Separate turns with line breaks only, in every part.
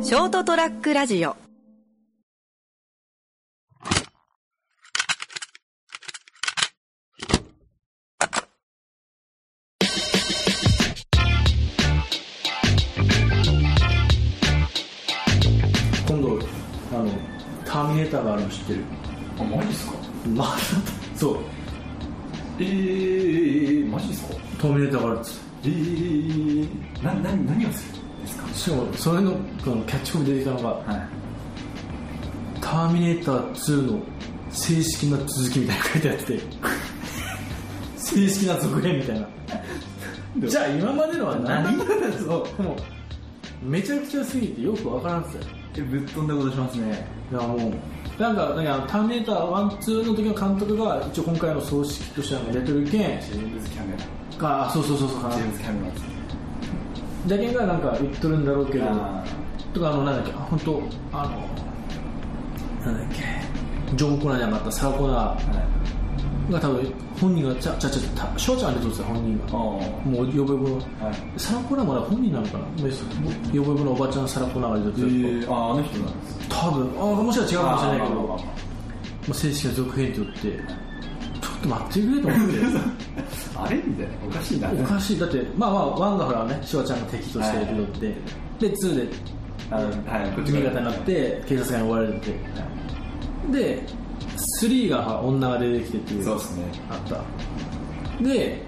ショートトラックラジオ
今度あのターミネーターがあるの知ってる
あマジっすか
まあそう
えー、マジっすか
ターミネーターがあるんです
えー、な、な、何をするんですか
しかもそれのそのキャッチコピー出てきたのが
はい
「ターミネーター2」の正式な続きみたいなの書いてあって正式な続編みたいな じゃあ今までのは何だったそうもうめちゃくちゃすぎてよくわからんっすよ
え、ぶっ飛んだことしますね
だからもうなんかなんかターミネーター1、2の時の監督が一応今回の葬式としては出てるけん
ジェームズ・キャメロン
あそうそうそうそう
ジェームズ・キャメロンですね
だけがなんか言っとるんだろうけど
あ
とかあのなんだっけ本当あのなんだっけジョン・コナーじゃなかったサラ・コナ
ーはい
ーが多分本人がちゃちゃちゃた翔ちゃんで撮ってた本人
あ
が
ー
もうヨボヨボの
はい
サラ・コナーもあれ本人なのかなヨボヨボのおばちゃんサラ・コナーが出
え
てた人
ー、ああの人なんです
多分あもしかしたら違うかもしれないけど
あーまあまあまあ
まあ正式な続編って言ってちょっと待ってくれと思 って
まああれみたいなおかしいな
おかしいだってまあまあワンがほらねシュワちゃんが敵として出てってでツーで
あのはいこっち
新潟になって警察官に追われてで3が女が出てきてっていう
そうっすね
あったで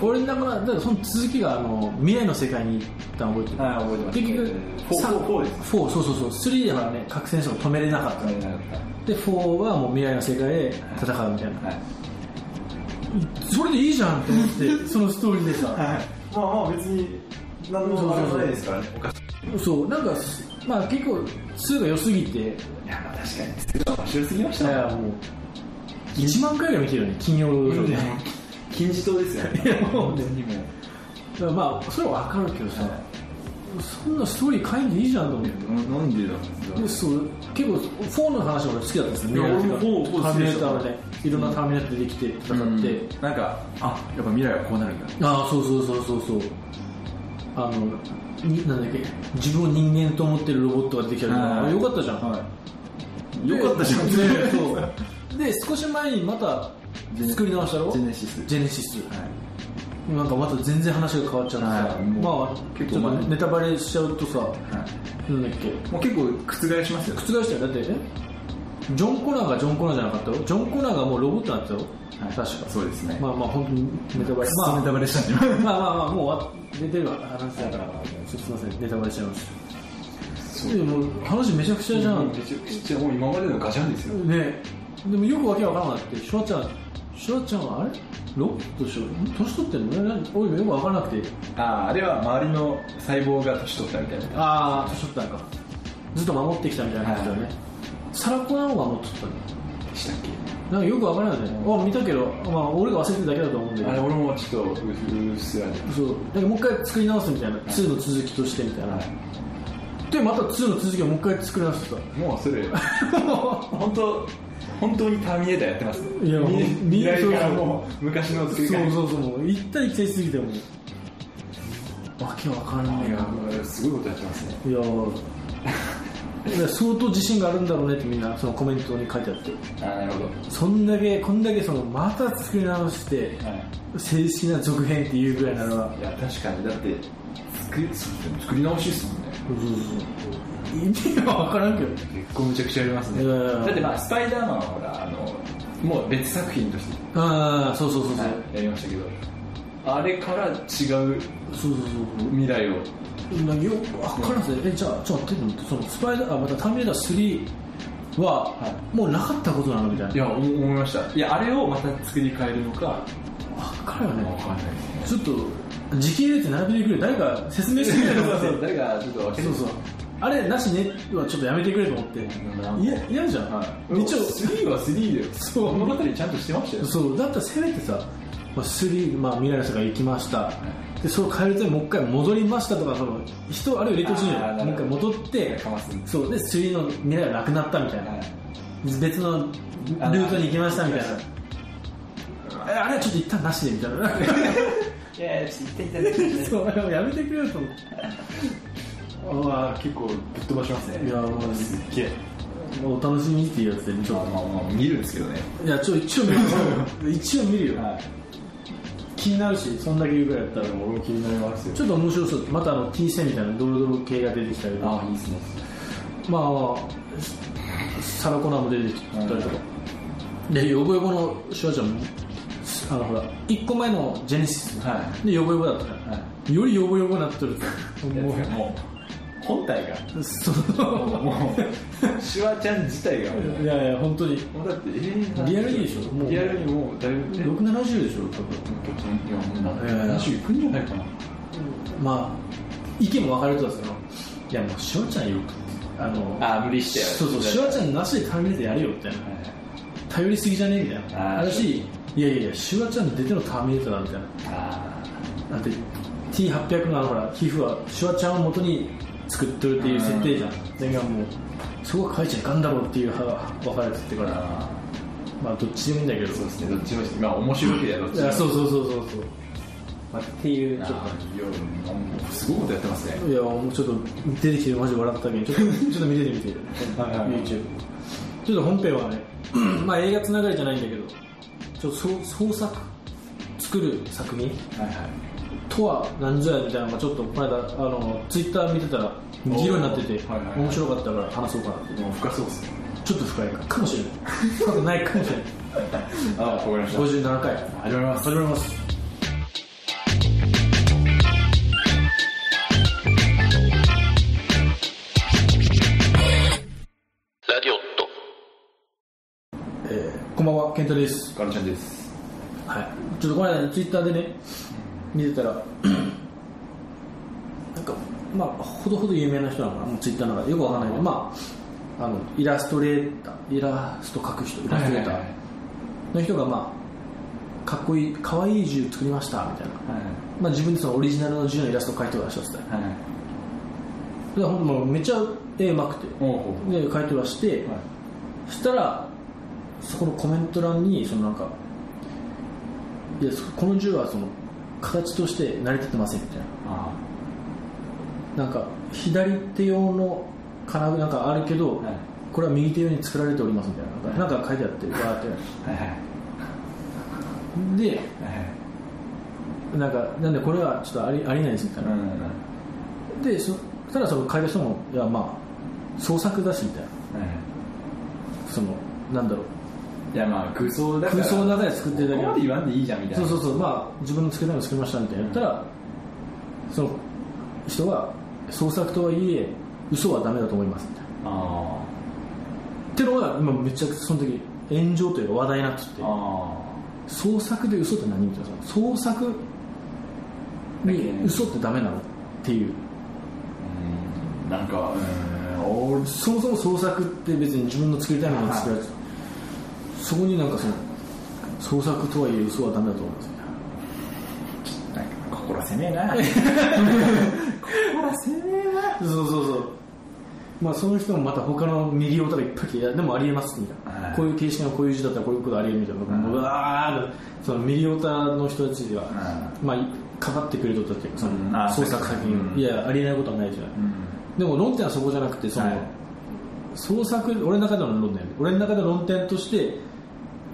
俺の中だからその続きがあの未来の世界に行ったの覚えてる、
はい覚えてます
結局
フォー
さ
フォーフォーです
フォーそうそうそう3ではね核戦争を止めれなかっ
あ
た、
れなかった
で4はもう未来の世界で戦うみたいな、
はい
それでいいじゃんと思ってそのストーリーでさ
まあまあ別に何の
もあれもないです
からねおかしい
そうなんかまあ結構2が良すぎて
いやまあ確かにそれは面白すぎまし
だ
た
か
ね
らもう1万回ぐらい見てるよね金曜ロードショーで
金字塔ですよね
いやもうね
にも
だからまあそれは分かるけどさ、そんなストーリー変えんでいいじゃんと思って
なんでなん
で
ですか
そう結構フォーの話が俺好きだったんですね
いや俺もフォーフォー
ター
好き
ミ
で
ネ
し
ー
た
ターでいろんなターミネーター出てきて戦って、
なんかあやっぱ未来はこうなるんだ
ああそうそうそうそうそうあのになんだっけ自分を人間と思ってるロボットが出てきたりとか
はい
あよかったじゃん、
はいよかったじゃん
でねそうで少し前にまた作り直したろ
ジェネシス
ジェネシス
はい
なんかまた全然話が変わっちゃってさ、
はいもう
まあ
結
ち
構
ょっと
前
ネタバレしちゃうとさ、なんだっけ
もう結構覆しますよ
覆したよだってえジョン・コナーがジョン・コナーじゃなかったよジョン・コナーがもうロボットなんですよ、確か
そうですね
まあまあ本当にネタバレ
ク
ま
ソ
あ
ネタバレしたね
まあまあまあもう終わっ出てる話だからちょっとすいませんネタバレしちゃいましたでも話めちゃくちゃじゃん、
めちゃくちゃもう今までのガチャンですよ
ねでもよくわけわからなくてシュワちゃんシュワちゃんはあれロボットでしょ年取ってんのね俺もよくわからなくて
あああれは周りの細胞が年取ったみたいな
ああ年取ったのかずっと守ってきたみたいな感じだよね、
はい
サラコナの方が守っとったの
でしたっけ
なんかよくわからないよね、あ見たけど、まあ、俺が忘れてるだけだと思うんだ
あ
け
れ
ど
俺もちょっとううっすらで
そうなんかもう一回作り直すみたいな、2の続きとしてみたいな、でまた2の続きをもう一回作り直して
もうそ れ本当本当にターミネーターやってますね
いやもう
み未来から
そうそう
もう昔の作り
たそう
方
そうそうもう一体一体しすぎてもうわけわからない
い
な
やすごいことやってますね
いやいや相当自信があるんだろうねってみんなそのコメントに書いてあって
あなるほど
そんだけこんだけそのまた作り直して
はい
正式な続編っていうぐらいなら
いや確かにだって作り作り直しですもんね
そうそうそう意味がわからんけど
結構むちゃくちゃありますね
いやいやいや
だってまあスパイダーマンはほらあのもう別作品として
ああそうそうそうそう、
やりましたけどあれから違う
そうそうそう
未来を
なんかよくわからんすねえじゃあちょっと待ってそのスパイダーあまたターミネーター3は、
は
もうなかったことなのみたいない
やお思いましたいやあれをまた作り変えるのか
わからんよ
わ
ね
かんないですね
ちょっと時系列並べてくれ誰か説明して くれと思って
誰がちょっと分けて
そうそうあれなしねはちょっとやめてくれと思って
ん
いや嫌じゃん、
はい、
一
一
応
応3は3で
そう
物語ちゃんとしてましたよ
そうだったらせめてさ、まあ、3、まあ、未来の人が行きました、でそれを変えるためにもう一回戻りましたとかその人あれを入れてほしいの
あー
よも
な
う
る
一回
ほど
戻って
かますんで
そうで3の未来がなくなったみたいな、
はい
別のルートに行きましたみたいなえあれはちょっと一旦なしでみたい な
いやいやちょっと言っていただきたいですね
そうやめてくれよと思って
うわー結構ぶっ飛ばしますね
いやもう
すっげえ
お楽しみにっていうやつでちょっ
まあまあ見るんですけどね
といやちょ一応 見るよ一応見るよ
はい
気になるしそんだけ言うぐらいだったら
俺も気になりますよ
ちょっと面白そうまたあの T 線みたいなドロドロ系が出てきたりとか
ああいいですね
まあサラコナも出てきたりとか、でヨボヨボのシュワちゃんもあのほら1個前のジェネシス
は
でヨボヨボだったから、
は
よりヨボヨボになってる
も
も
うもう本体が
うそう
もうシュワちゃん自体がも
いやいや本当に
うだって映画
リアルにでしょもう
リアルにもうだいぶ
6 7 0でしょ多分
いやもう
いやいや
70いくんじゃないかな
まあ意見も分かれてたんですけどいやもうシュワちゃんよあの
あ無理してやる
そうそうシュワちゃんなしでターミネーターやるよみたいな頼りすぎじゃねえみたいな
あー
話いやいやいやシュワちゃん出てのターミネーターだみたいな
あ
だって T800 のあのほら皮膚はシュワちゃんを元に作ってるっていう設定じゃんそれがもうそこは書いちゃいかんだろうっていう派が分かれてて
ー
から
あ
まあどっちでもいいんだけど
ーそうですねどっちもまあ面白いけどどっ
い
ち
や
も
そうそうそうそうそう、まあ、っていうちょっ
あーいやもうすごいことやってますね
といやもうちょっと出てきてマジ笑ったけどちょっとちょっと見ててみて
はいはいはい
YouTube ちょっと本編 はねまあ映画つながりじゃないんだけどちょっとそう創作作る作品
はいはい
とは何ぞやみたいなのがちょっとこの間あのツイッター見てたら議論になってて、
おーはいはいはい
面白かったから話そうかなって
でも深そうですね
ちょっと深いかもしれない深く ないかもしれない
あわかりました
57回
始まります
始まります
ラディオット。
えーこんばんは健太です
ガルちゃんです
はいちょっとこの間ツイッターでね見てたら なんかまあほどほど有名な人なのかなツイッターの中でよくわかんないけどまああのイラストレーターイラスト描く人イラストレーターの人がまあかっこいい可愛い銃作りましたみたいな
は
まあ、自分でそのオリジナルの銃のイラストを描いてらっしゃってたよ
いはい
でほんともうめっちゃ絵うまくて
おお
で描いてらして、そしたらそこのコメント欄にそのなんかいやそこの銃はその形として成り立ってませんみたい
あ
ななんか左手用の金具なんかあるけど、
はい
これは右手用に作られておりますみたいななんかなんか書いてあってわーっ
はいはい
てで
はいはい
なんかなんでこれはちょっとありありえないですみたいな
うんうんうんは
でそただその買い出しもいやまあ創作だしみたいない
は
そのなんだろう
いいやまあ空想だから
空想の中で作ってるだけ
ここまで言わんでいいじゃんみたい
そう
な
そうそうまあ自分の作りたいの作りましたみたいなやったら、その人は創作とはいえ嘘はダメだと思いますみたいな
あ
ってのが今めちゃくちゃその時炎上というか話題になってて
ーあ
創作で嘘って何みたいな創作に嘘ってダメなのっていう
ーうんなんかうん俺
そもそも創作って別に自分の作りたいものを作られてそこになんかその創作とはいえ嘘はダメだと思いますみたいな
なんか心せね えな心せねえな
そうそうそうまあその人もまた他のミリオとかいっぱい来ていやでもありえますみたいな、
はい
こういう形式のこういう字だったらこういうことありえるみたいな、
ん
うわーってそのミリオタの人たちが、まあかかってくれとったっていうかその、
うんあー
創作作品、
うん
いやありえないことはないじゃない、でも論点はそこじゃなくてその、
はい
創作俺の中での論点俺の中での論点として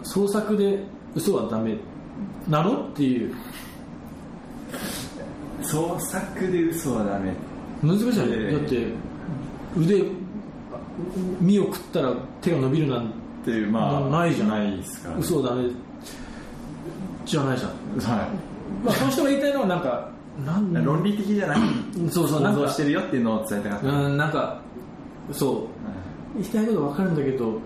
創作で嘘はダメなのっていう
創作で嘘はダメ
難しいよね、
ええ
だって腕身を食ったら手が伸びるなん
っていうまあ
なないじゃん
ないですから
嘘はダメじゃないじゃん、
は
まあ、その人が言いたいのはなんかなん
い論理的じゃない
そうそうなん
想像
か
してるよっていうのを伝えたかった
う
はい
んなんかそう言いたいことわかるんだけど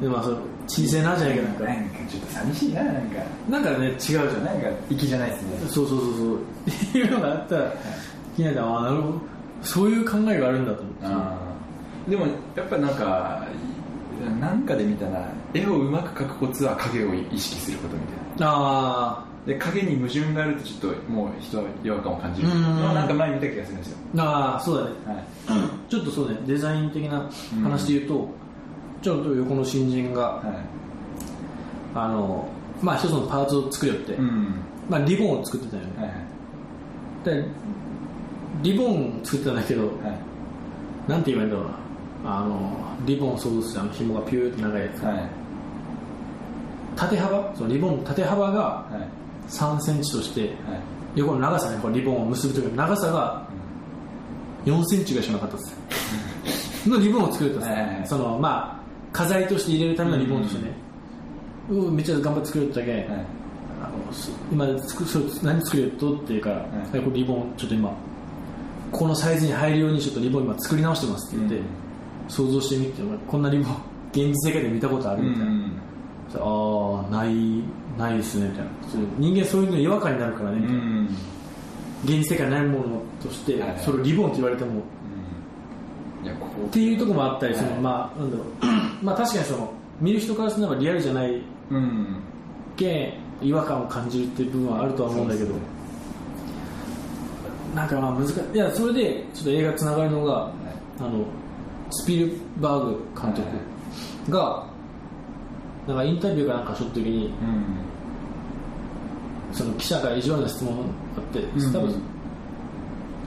でもまあそれ小さいなじゃないけどなんか
なんかちょっと寂しいななんか
なんかね違うじゃない
なんか粋じゃないですね
そうそうそうそうっていうのがあったら気になってああなるほどそういう考えがあるんだと思って
あーでもやっぱなんかなんかで見たら絵をうまく描くコツは影を意識することみたいな
あ
で影に矛盾があるとちょっともう人は違和感を感じる
うんうんうん
まあなんか前見た気がするんですよ、
ーあーそうだね
はい、
ちょっとそうねデザイン的な話で言うと、ちょっと横の新人が
は
あのまあ一つのパーツを作るよって、
い、うん
まあリボンを作ってたよね
はい
でリボンを作ってたんだけど
はいはい
なんて言えばいいんだろうなあのリボンを想像するあの紐がピューって長いやつ
はい
縦幅そのリボンの縦幅が
はい
3センチとして
はい
横の長さねこのリボンを結ぶ時の長さが4センチぐらいしかなかったですのリボンを作れたんです、
はいはい
そのまあ飾りとして入れるためのリボンとしてね、うんめっちゃ頑張って作れただけ、
はい
あのす今作そう何作れるとっていうから、
ん
いやこれリボンちょっと今このサイズに入るようにちょっとリボン今作り直してますって言って、
うん
想像してみて俺こんなリボン現実世界で見たことある
う
みたいな、
ん
そしたらああないないですねみたいなそう人間そういうの違和感になるからね、
う
みたいなん現実世界にないものとして、
はいはい
それをリボンって言われても
いやここ
っていうところもあったり、その
はい
まあなんだろうまあ確かにその見る人からすればリアルじゃない
うん
けん違和感を感じるっていう部分はあるとは思うんだけど、
そうで
なんかまあ難しいいやそれでちょっと映画つながるのが、あのスピルバーグ監
はいは
督が、なんかインタビューかなんかしょった時に
うん
その記者から意地悪な質問があって、
うん
多分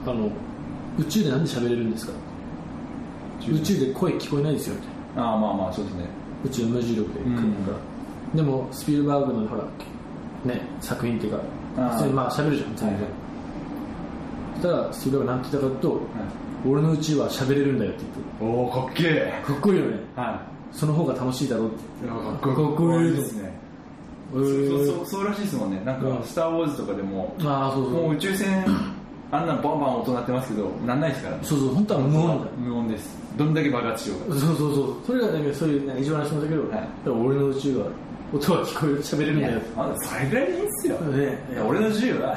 あの宇宙でなんで喋れるんですか宇宙で声聞こえないですよみたいな
ああまあまあそうですね
宇宙無重力で来るから、でもスピルバーグのほらね作品っていう
あ
か
ー
普通にまあ喋るじゃん全
はい
然、ただスピルバーグなんて言ったかというと俺の宇宙は喋れるんだよって言っ
おおかっけえ
てかっこいいよね
は
その方が楽しいだろうって
いかっ
かっこいい
ですね
え
そう
ー
そうそうらしいですもんねなん
うん
か「スター・ウォーズ」とかでも
ああそう
もう
そう
宇宙船あんなバンバン音鳴ってますけどなんないですから
そうそう本当は無音だよ
無音ですどんだけ爆発しよう
そうそうそうそれがだけどそういうね異常な人だけど、
はい
だから俺の宇宙は音は聞こえる喋れるん
が
だよっ
あんたそれぐらいでいいっすよ
てね
いや俺の銃は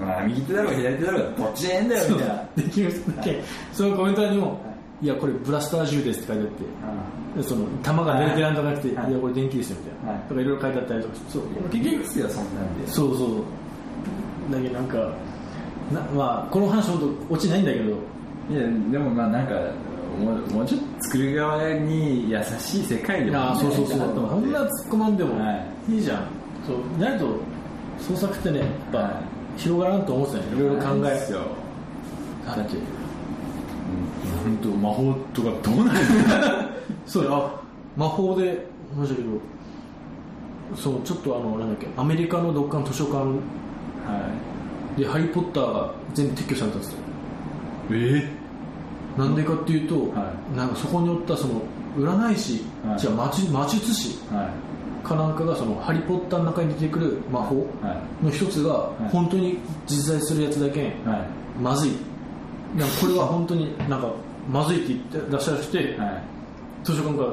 まあ右手だろうが左手だろうがどっちでええんだ よ
そう
みたいな
だできる人だけ、そのコメントにも、い、やこれブラスター銃です」って書いてあってでその弾が出てらんじゃなくて、、
はいい
やこれ電気ですよみたいな、
はい
とかいろいろ書いてあったりとかそう
結局っすよそんなんで
そうそうだけどなんかなまあこの話本当落ちないんだけど
いやでもまあなんかもうもうちょっと作る側に優しい世界で
い
も
や
ね
そうそうそう
いいなと
そ
思っ
ん
て
な突っ込まんでも
はい
いじゃん、そうないと創作ってねやっ
は
ぱ広がらんと思ってたよねいろいろ考
ないっ
え
すよ
だって
本当魔法とかどうなるんだ
そうだあ魔法で話だけどそうちょっとあのなんだっけアメリカのどっかの図書館
は
で「ハリー・ポッター」が全部撤去されたんですよ
いえ
なんでかっていうと、
は
なんかそこにおったその占い師、
はい
じゃあ魔術魔術師
は
かなんかがそのハリー・ポッターの中に出てくる魔法
いは
の一つが
い
本当に実在するやつだけ
いは
まずいなんかこれは本当になんかまずいって言って出したらしくて、
いはい
図書館から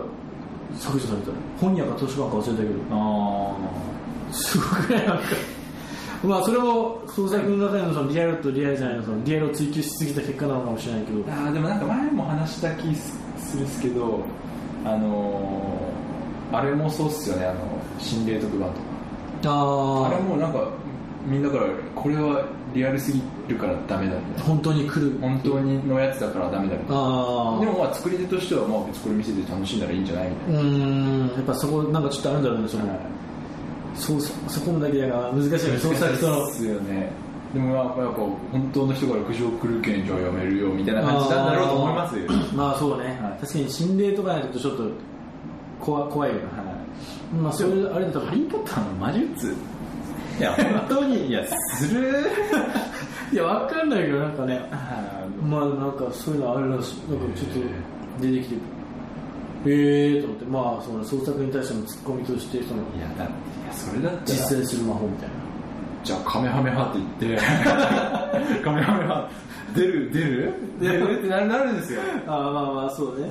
削除された本屋か図書館か忘れたけど
ああ
すごくないなんかまあそれも創作の中でのそのリアルとリアルじゃないのそのリアルを追求しすぎた結果なのかもしれないけど
あーでもなんか前も話した気すするっすけどあのー、あれもそうっすよねあの心霊特番とかあれ
あ
もなんかみんなからこれはリアルすぎるからダメだみたい
あ
な
本当に来る
本当にのやつだからダメだみたい
あ
な
あ
でもまあ作り手としてはまあ別にこれ見せて楽しんだらいいんじゃないみたいうな、
ーんやっぱそこなんかちょっとあるんだろうねその、
はい
そうそそこもだけだから難しいよね創作との
ですよねでもまあやっぱ本当の人から苦情来るけんじゃあやめるよみたいな感じなんだろうと思いますよ
まあそうね、
はい
確かに心霊とかになるとちょっと怖怖いよな
はい
まあそういうあれだと
ハリー・ポッターの魔術いや、本当に、いや、する。
いやわかんないけどなんかね
あ
まあなんかそういうのあるらしいなんかちょっ
へ
と出てきてええー、と思ってまあその創作に対してのツッコミとしてその
のいや、だって、いや、それだったら、
実践する魔法みたいな
じゃあ、カメハメハって言って、カメハメハ、出る、出る出るってななるんですよ。
ああまあまあそうね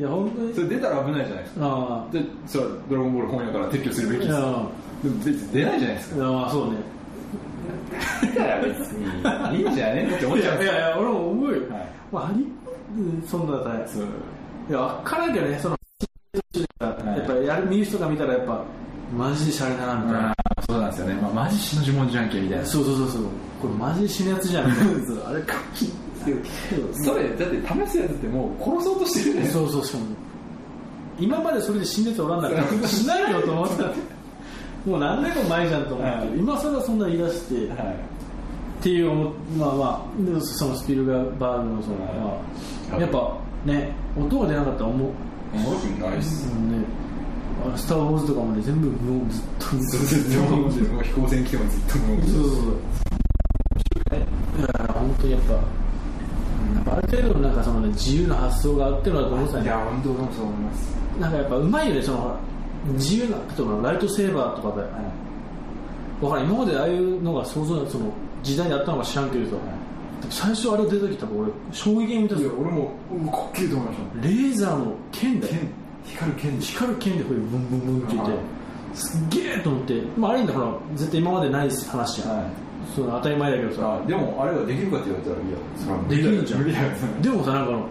いや本当
そ
に
れ出たら危ないじゃないですか。
あ
で、それはドラゴンボール本屋から撤去するべ
あ
き
い
です。
や
でも
あ、
別に出ないじゃないですか。
あそうね
だから別に、いいんじゃねって思っ
い
ちゃう
や
んで
い
すよ。
や俺も思うよ、
はい
まあハリうんそんな大
そう
いや分からんけどねその
はい
やっぱやる見る人が見たらやっぱマジでシャレだなみたいな、
まあそうなんですよね。まあ、マジ死の呪文じゃんけんみたいな。
そうそうそうそうこれマジで死ぬやつじゃん みたいな
あれか
けど
それだって試すやつってもう殺そうとしてるじゃないですか
そうそうそう今までそれで死んでておらんだから しないよと思ってたもう何年も前じゃんと思って、
はい
今さらそんな言い出して、
はい
っていう思っまあまあでそのスピルバーグのその、まあ、やっぱね音が出なかったら思う
おもろくないっす
うんねあスター・ウォーズとかもね全部無音ずっと無音
ずっともう飛行船来てもずっともう
そうそうそういや本当にやっぱやっぱある程度のなんかその、ね、自由な発想があってのだと思ってた
い
ね
や本当俺もそう思います
なんかやっぱうまいよねその自由な例えばライトセーバーとかでわからん今までああいうのが想像その時代にあったのか知らんけどさ最初あれ出てきたら俺衝撃見た
い
ぞ
や俺もうんこっきりと思いまし
レーザーの剣だ
た
よ
剣光る剣で
光る剣でこれブンブンブンって言って
はい
すっげえと思って、まあ、ある意味でほら絶対今までない話じゃん、
は
その当たり前だけど
い
さ、
あでもあれはできるかって言われたらいやそれは
できるじゃん
無理だよ
でもさなんかあの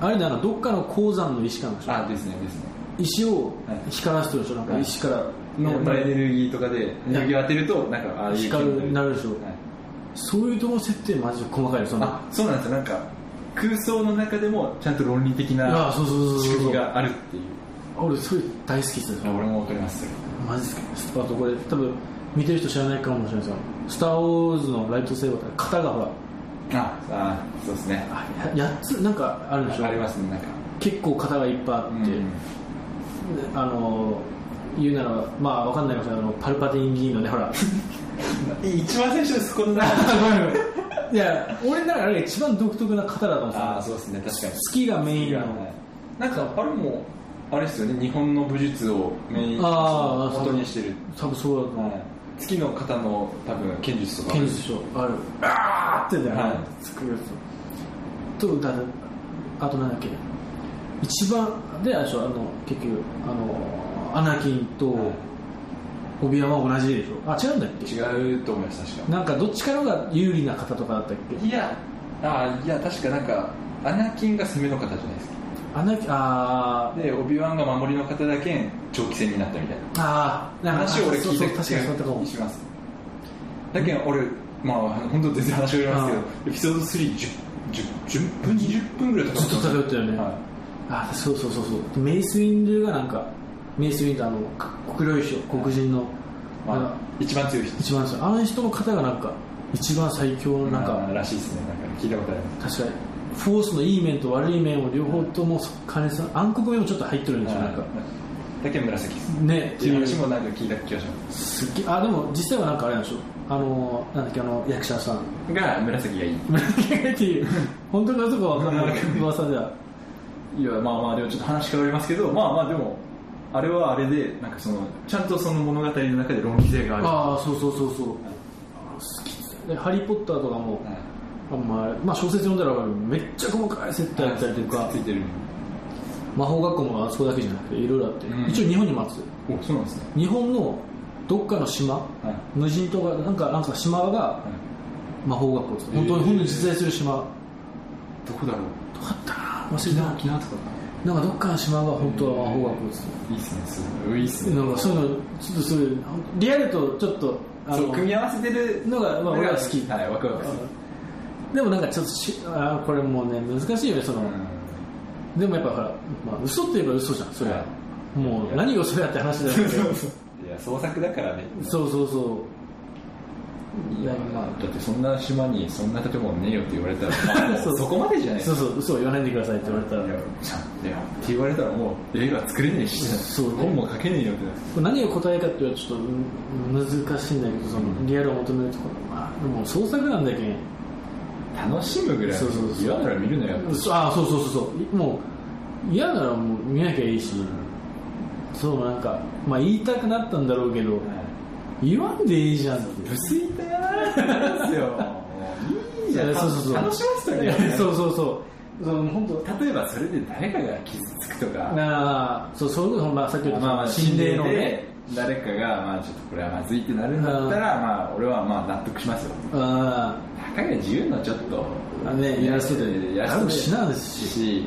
あれだなどっかの鉱山の石かなんかでしょ
あですねですね
石を光らせてるでしょなんか
はい
石から
の
ね
エネルギーとかでエネルギー当てるとなんかああいう
光るなるでしょ
はい
そういうとこの設定マジで細かいよそんな
あそうなんですよなんか空想の中でもちゃんと論理的
ああ
な
そうそう
仕
そう
組
そ
み
う
があるっていう
俺それ大好きですよ
俺もわかりますよ
マジですかあとこれ多分見てる人知らないかもしれないですよスター・ウォーズ」のライトセーバーって型がほら
ああそうですね
あ8つなんかあるんでしょ
ありますねなんか
結構型がいっぱいあ
う
って、あの言うならまあわかんないかもしれないあのパルパティン議員のねほ ら
一番最初ですこ んな
いや俺の中であれが一番独特な型だと思うんですよ
ああそうですね確かに
月がメインの
なんかあれもあれですよね日本の武術をメイン
ああ
元にしてる、
多分そうだと思う
はい、月の方の多分剣術とか
剣術書あるあーってだよ、
はい
作るやつとだあとなんだっけ一番であれでしょあの結局あのアナキンと
はい
オビアンは同じでしょあ違うんだっけ
違うと思います確か
なんかどっちからが有利な方とかだったっけ
いや、あいや、確かなんか、アナキンが攻めの方じゃないですか。
アナキンあー
で、オビワンが守りの方だけ長期戦になったみたいな。
あーなんか
話を俺聞いた
そうそう確かにそうだったかも
気します。だけど俺、まあ、本当全然話がありますけど、エピソード3、10, 10, 10分、20分ぐらいとか
ずっと戦ってたよね、
は
あそうそうそうそうメイス・ウィンドゥがなんかメイス・ウィンドゥあのか黒い人黒人の、
い。まあ、一番強い人。
一番最初あの人の方がなんか一番最強のなんか、
まあらしいですね。なんか聞いたことありま。
確かにフォースのいい面と悪い面を両方とも兼ねさ暗黒面もちょっと入ってるんですしょ、なんか
はいだけど紫です。
ねっ
っててい
い
う
う
話もなんか聞いた気がします
っげえあでも実際はなんかあれなんでしょあのなんだっけあの役者さん
す。が、紫がいい。
っていう 本当かどうかわかんない
うん
噂ではい
やまあまあでもちょっと話変わりますけどまあまあでもあれはあれでなんかそのちゃんとその物語の中で論理性がある
ああそうそうそうそう好きですねハリー・ポッター」とかも、
はい
あんまあれまあ、小説読んだらわかるめっちゃ細かい設定やったりとか
ついてる
魔法学校もあそこだけじゃなくていろいろあって、
うん
一応日本にもあるんですよ
おそうなんですね
日本のどっかの島
はい
無人島がなんかなんか島が
はい
魔法学校です、
へー
本当に本当に実在する島ど
どこだろう
こだったかな忘れたな
縄とか
なんかどっかの島が本当は魔法学校です、
いいっすねすごいいいっすね
なんかそういうのちょっとそういうリアルとちょっとあ
そう
の
組み合わせてる
のが、まあ、
の
俺は好き
はいワクワクする
でもなんかちょっとしあーこれもうね難しいよねその、でもやっぱほら、まあ、嘘って言えば嘘じゃんそれは、
は
もう何が嘘だって話だよね
うんいや創作だからね
そうそうそう
いやま
ま
あだってそんな島にそんな建物ねえよって言われたらまあ
そう
そこまでじゃない
あそうそう嘘を言わないでくださいって言われたら
いやちゃんといやって言われたらもう映画作れねえし
そう
本も書けねえよってなる
何が答えかっていうのはちょっとうん難しいんだけどそのリアルを求めるところまあでも創作なんだけん
楽しむぐらい
そうそうそう
嫌なら見るなよって
そあそうそうそうそうもう嫌ならもう見なきゃいいしそうなんかまあ言いたくなったんだろうけど言わんでいいじゃんって
無粋だよですよいいじゃん
そうそうそう
楽しませた
い
らいい
や
よ
そうそうそうその本当
例えばそれで誰かが傷つくとか
なあそうそういうことまあさっき言った、
まあ
心
心霊
霊の
の
ね
ね誰かがまあちょっとこれはまずいってなるんだったらまあ俺はまあ納得しますよ
あ
たかが自由のちょっと
あねやらせて
やら
多分
せ
してないし
し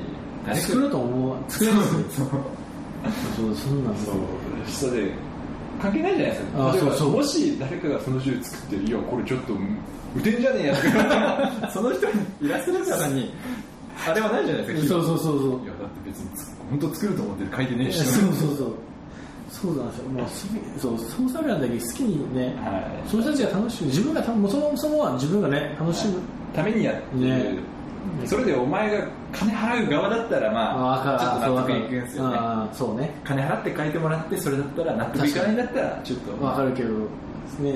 作ろうと思う作れますね
そう
そうそんなん
そうそれで関係ないじゃないです
あ
か例えば
そうそう
もし誰かがその銃作って「いやこれちょっと打てんじゃねえや」とか言われた らその人にイラストレーターさんにあれはないじゃないですか
そうそうそうそう
いやだって別につ本当作ると思ってる書いてねえし
そうそうそうそうなんですよもうすぐそうソーサビラだけ好きにね、
は
その人たちが楽しむ自分がたもうそもそもは自分がね楽しむ、
い、ためにやってる、
ね
それでお前が金払う側だったらま
あ
あちょっと納
分か
得
る
いくんですよね
あーそうね
金払って書いてもらってそれだったら納得いかないんだったらちょっと
わかるけど、ね、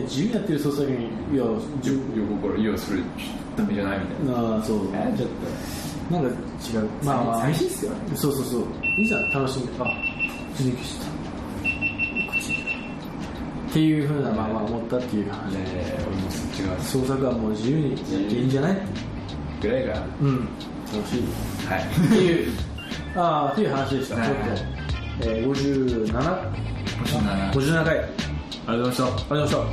自由にやってるソーサビラにいや
じゅ横から「いやそれダメじゃない」みたいな
ああそう
えーちょっと
なんか違うまあまあ
寂しいっすよね
そうそうそういいじゃん楽しんであ準備したこっちっていうふうなまあまあ思ったっていう話
ねえ俺もそっち側です
創作はもう自由にやっていいんじゃない
ぐらい がは
うん楽しい
い
っていうああっていう話でした
はい
ちょっ
はい
と、えー、57
星7
57回ありがとうございましたありがとうございました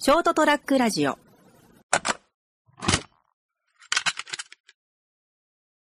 ショートトラックラジオ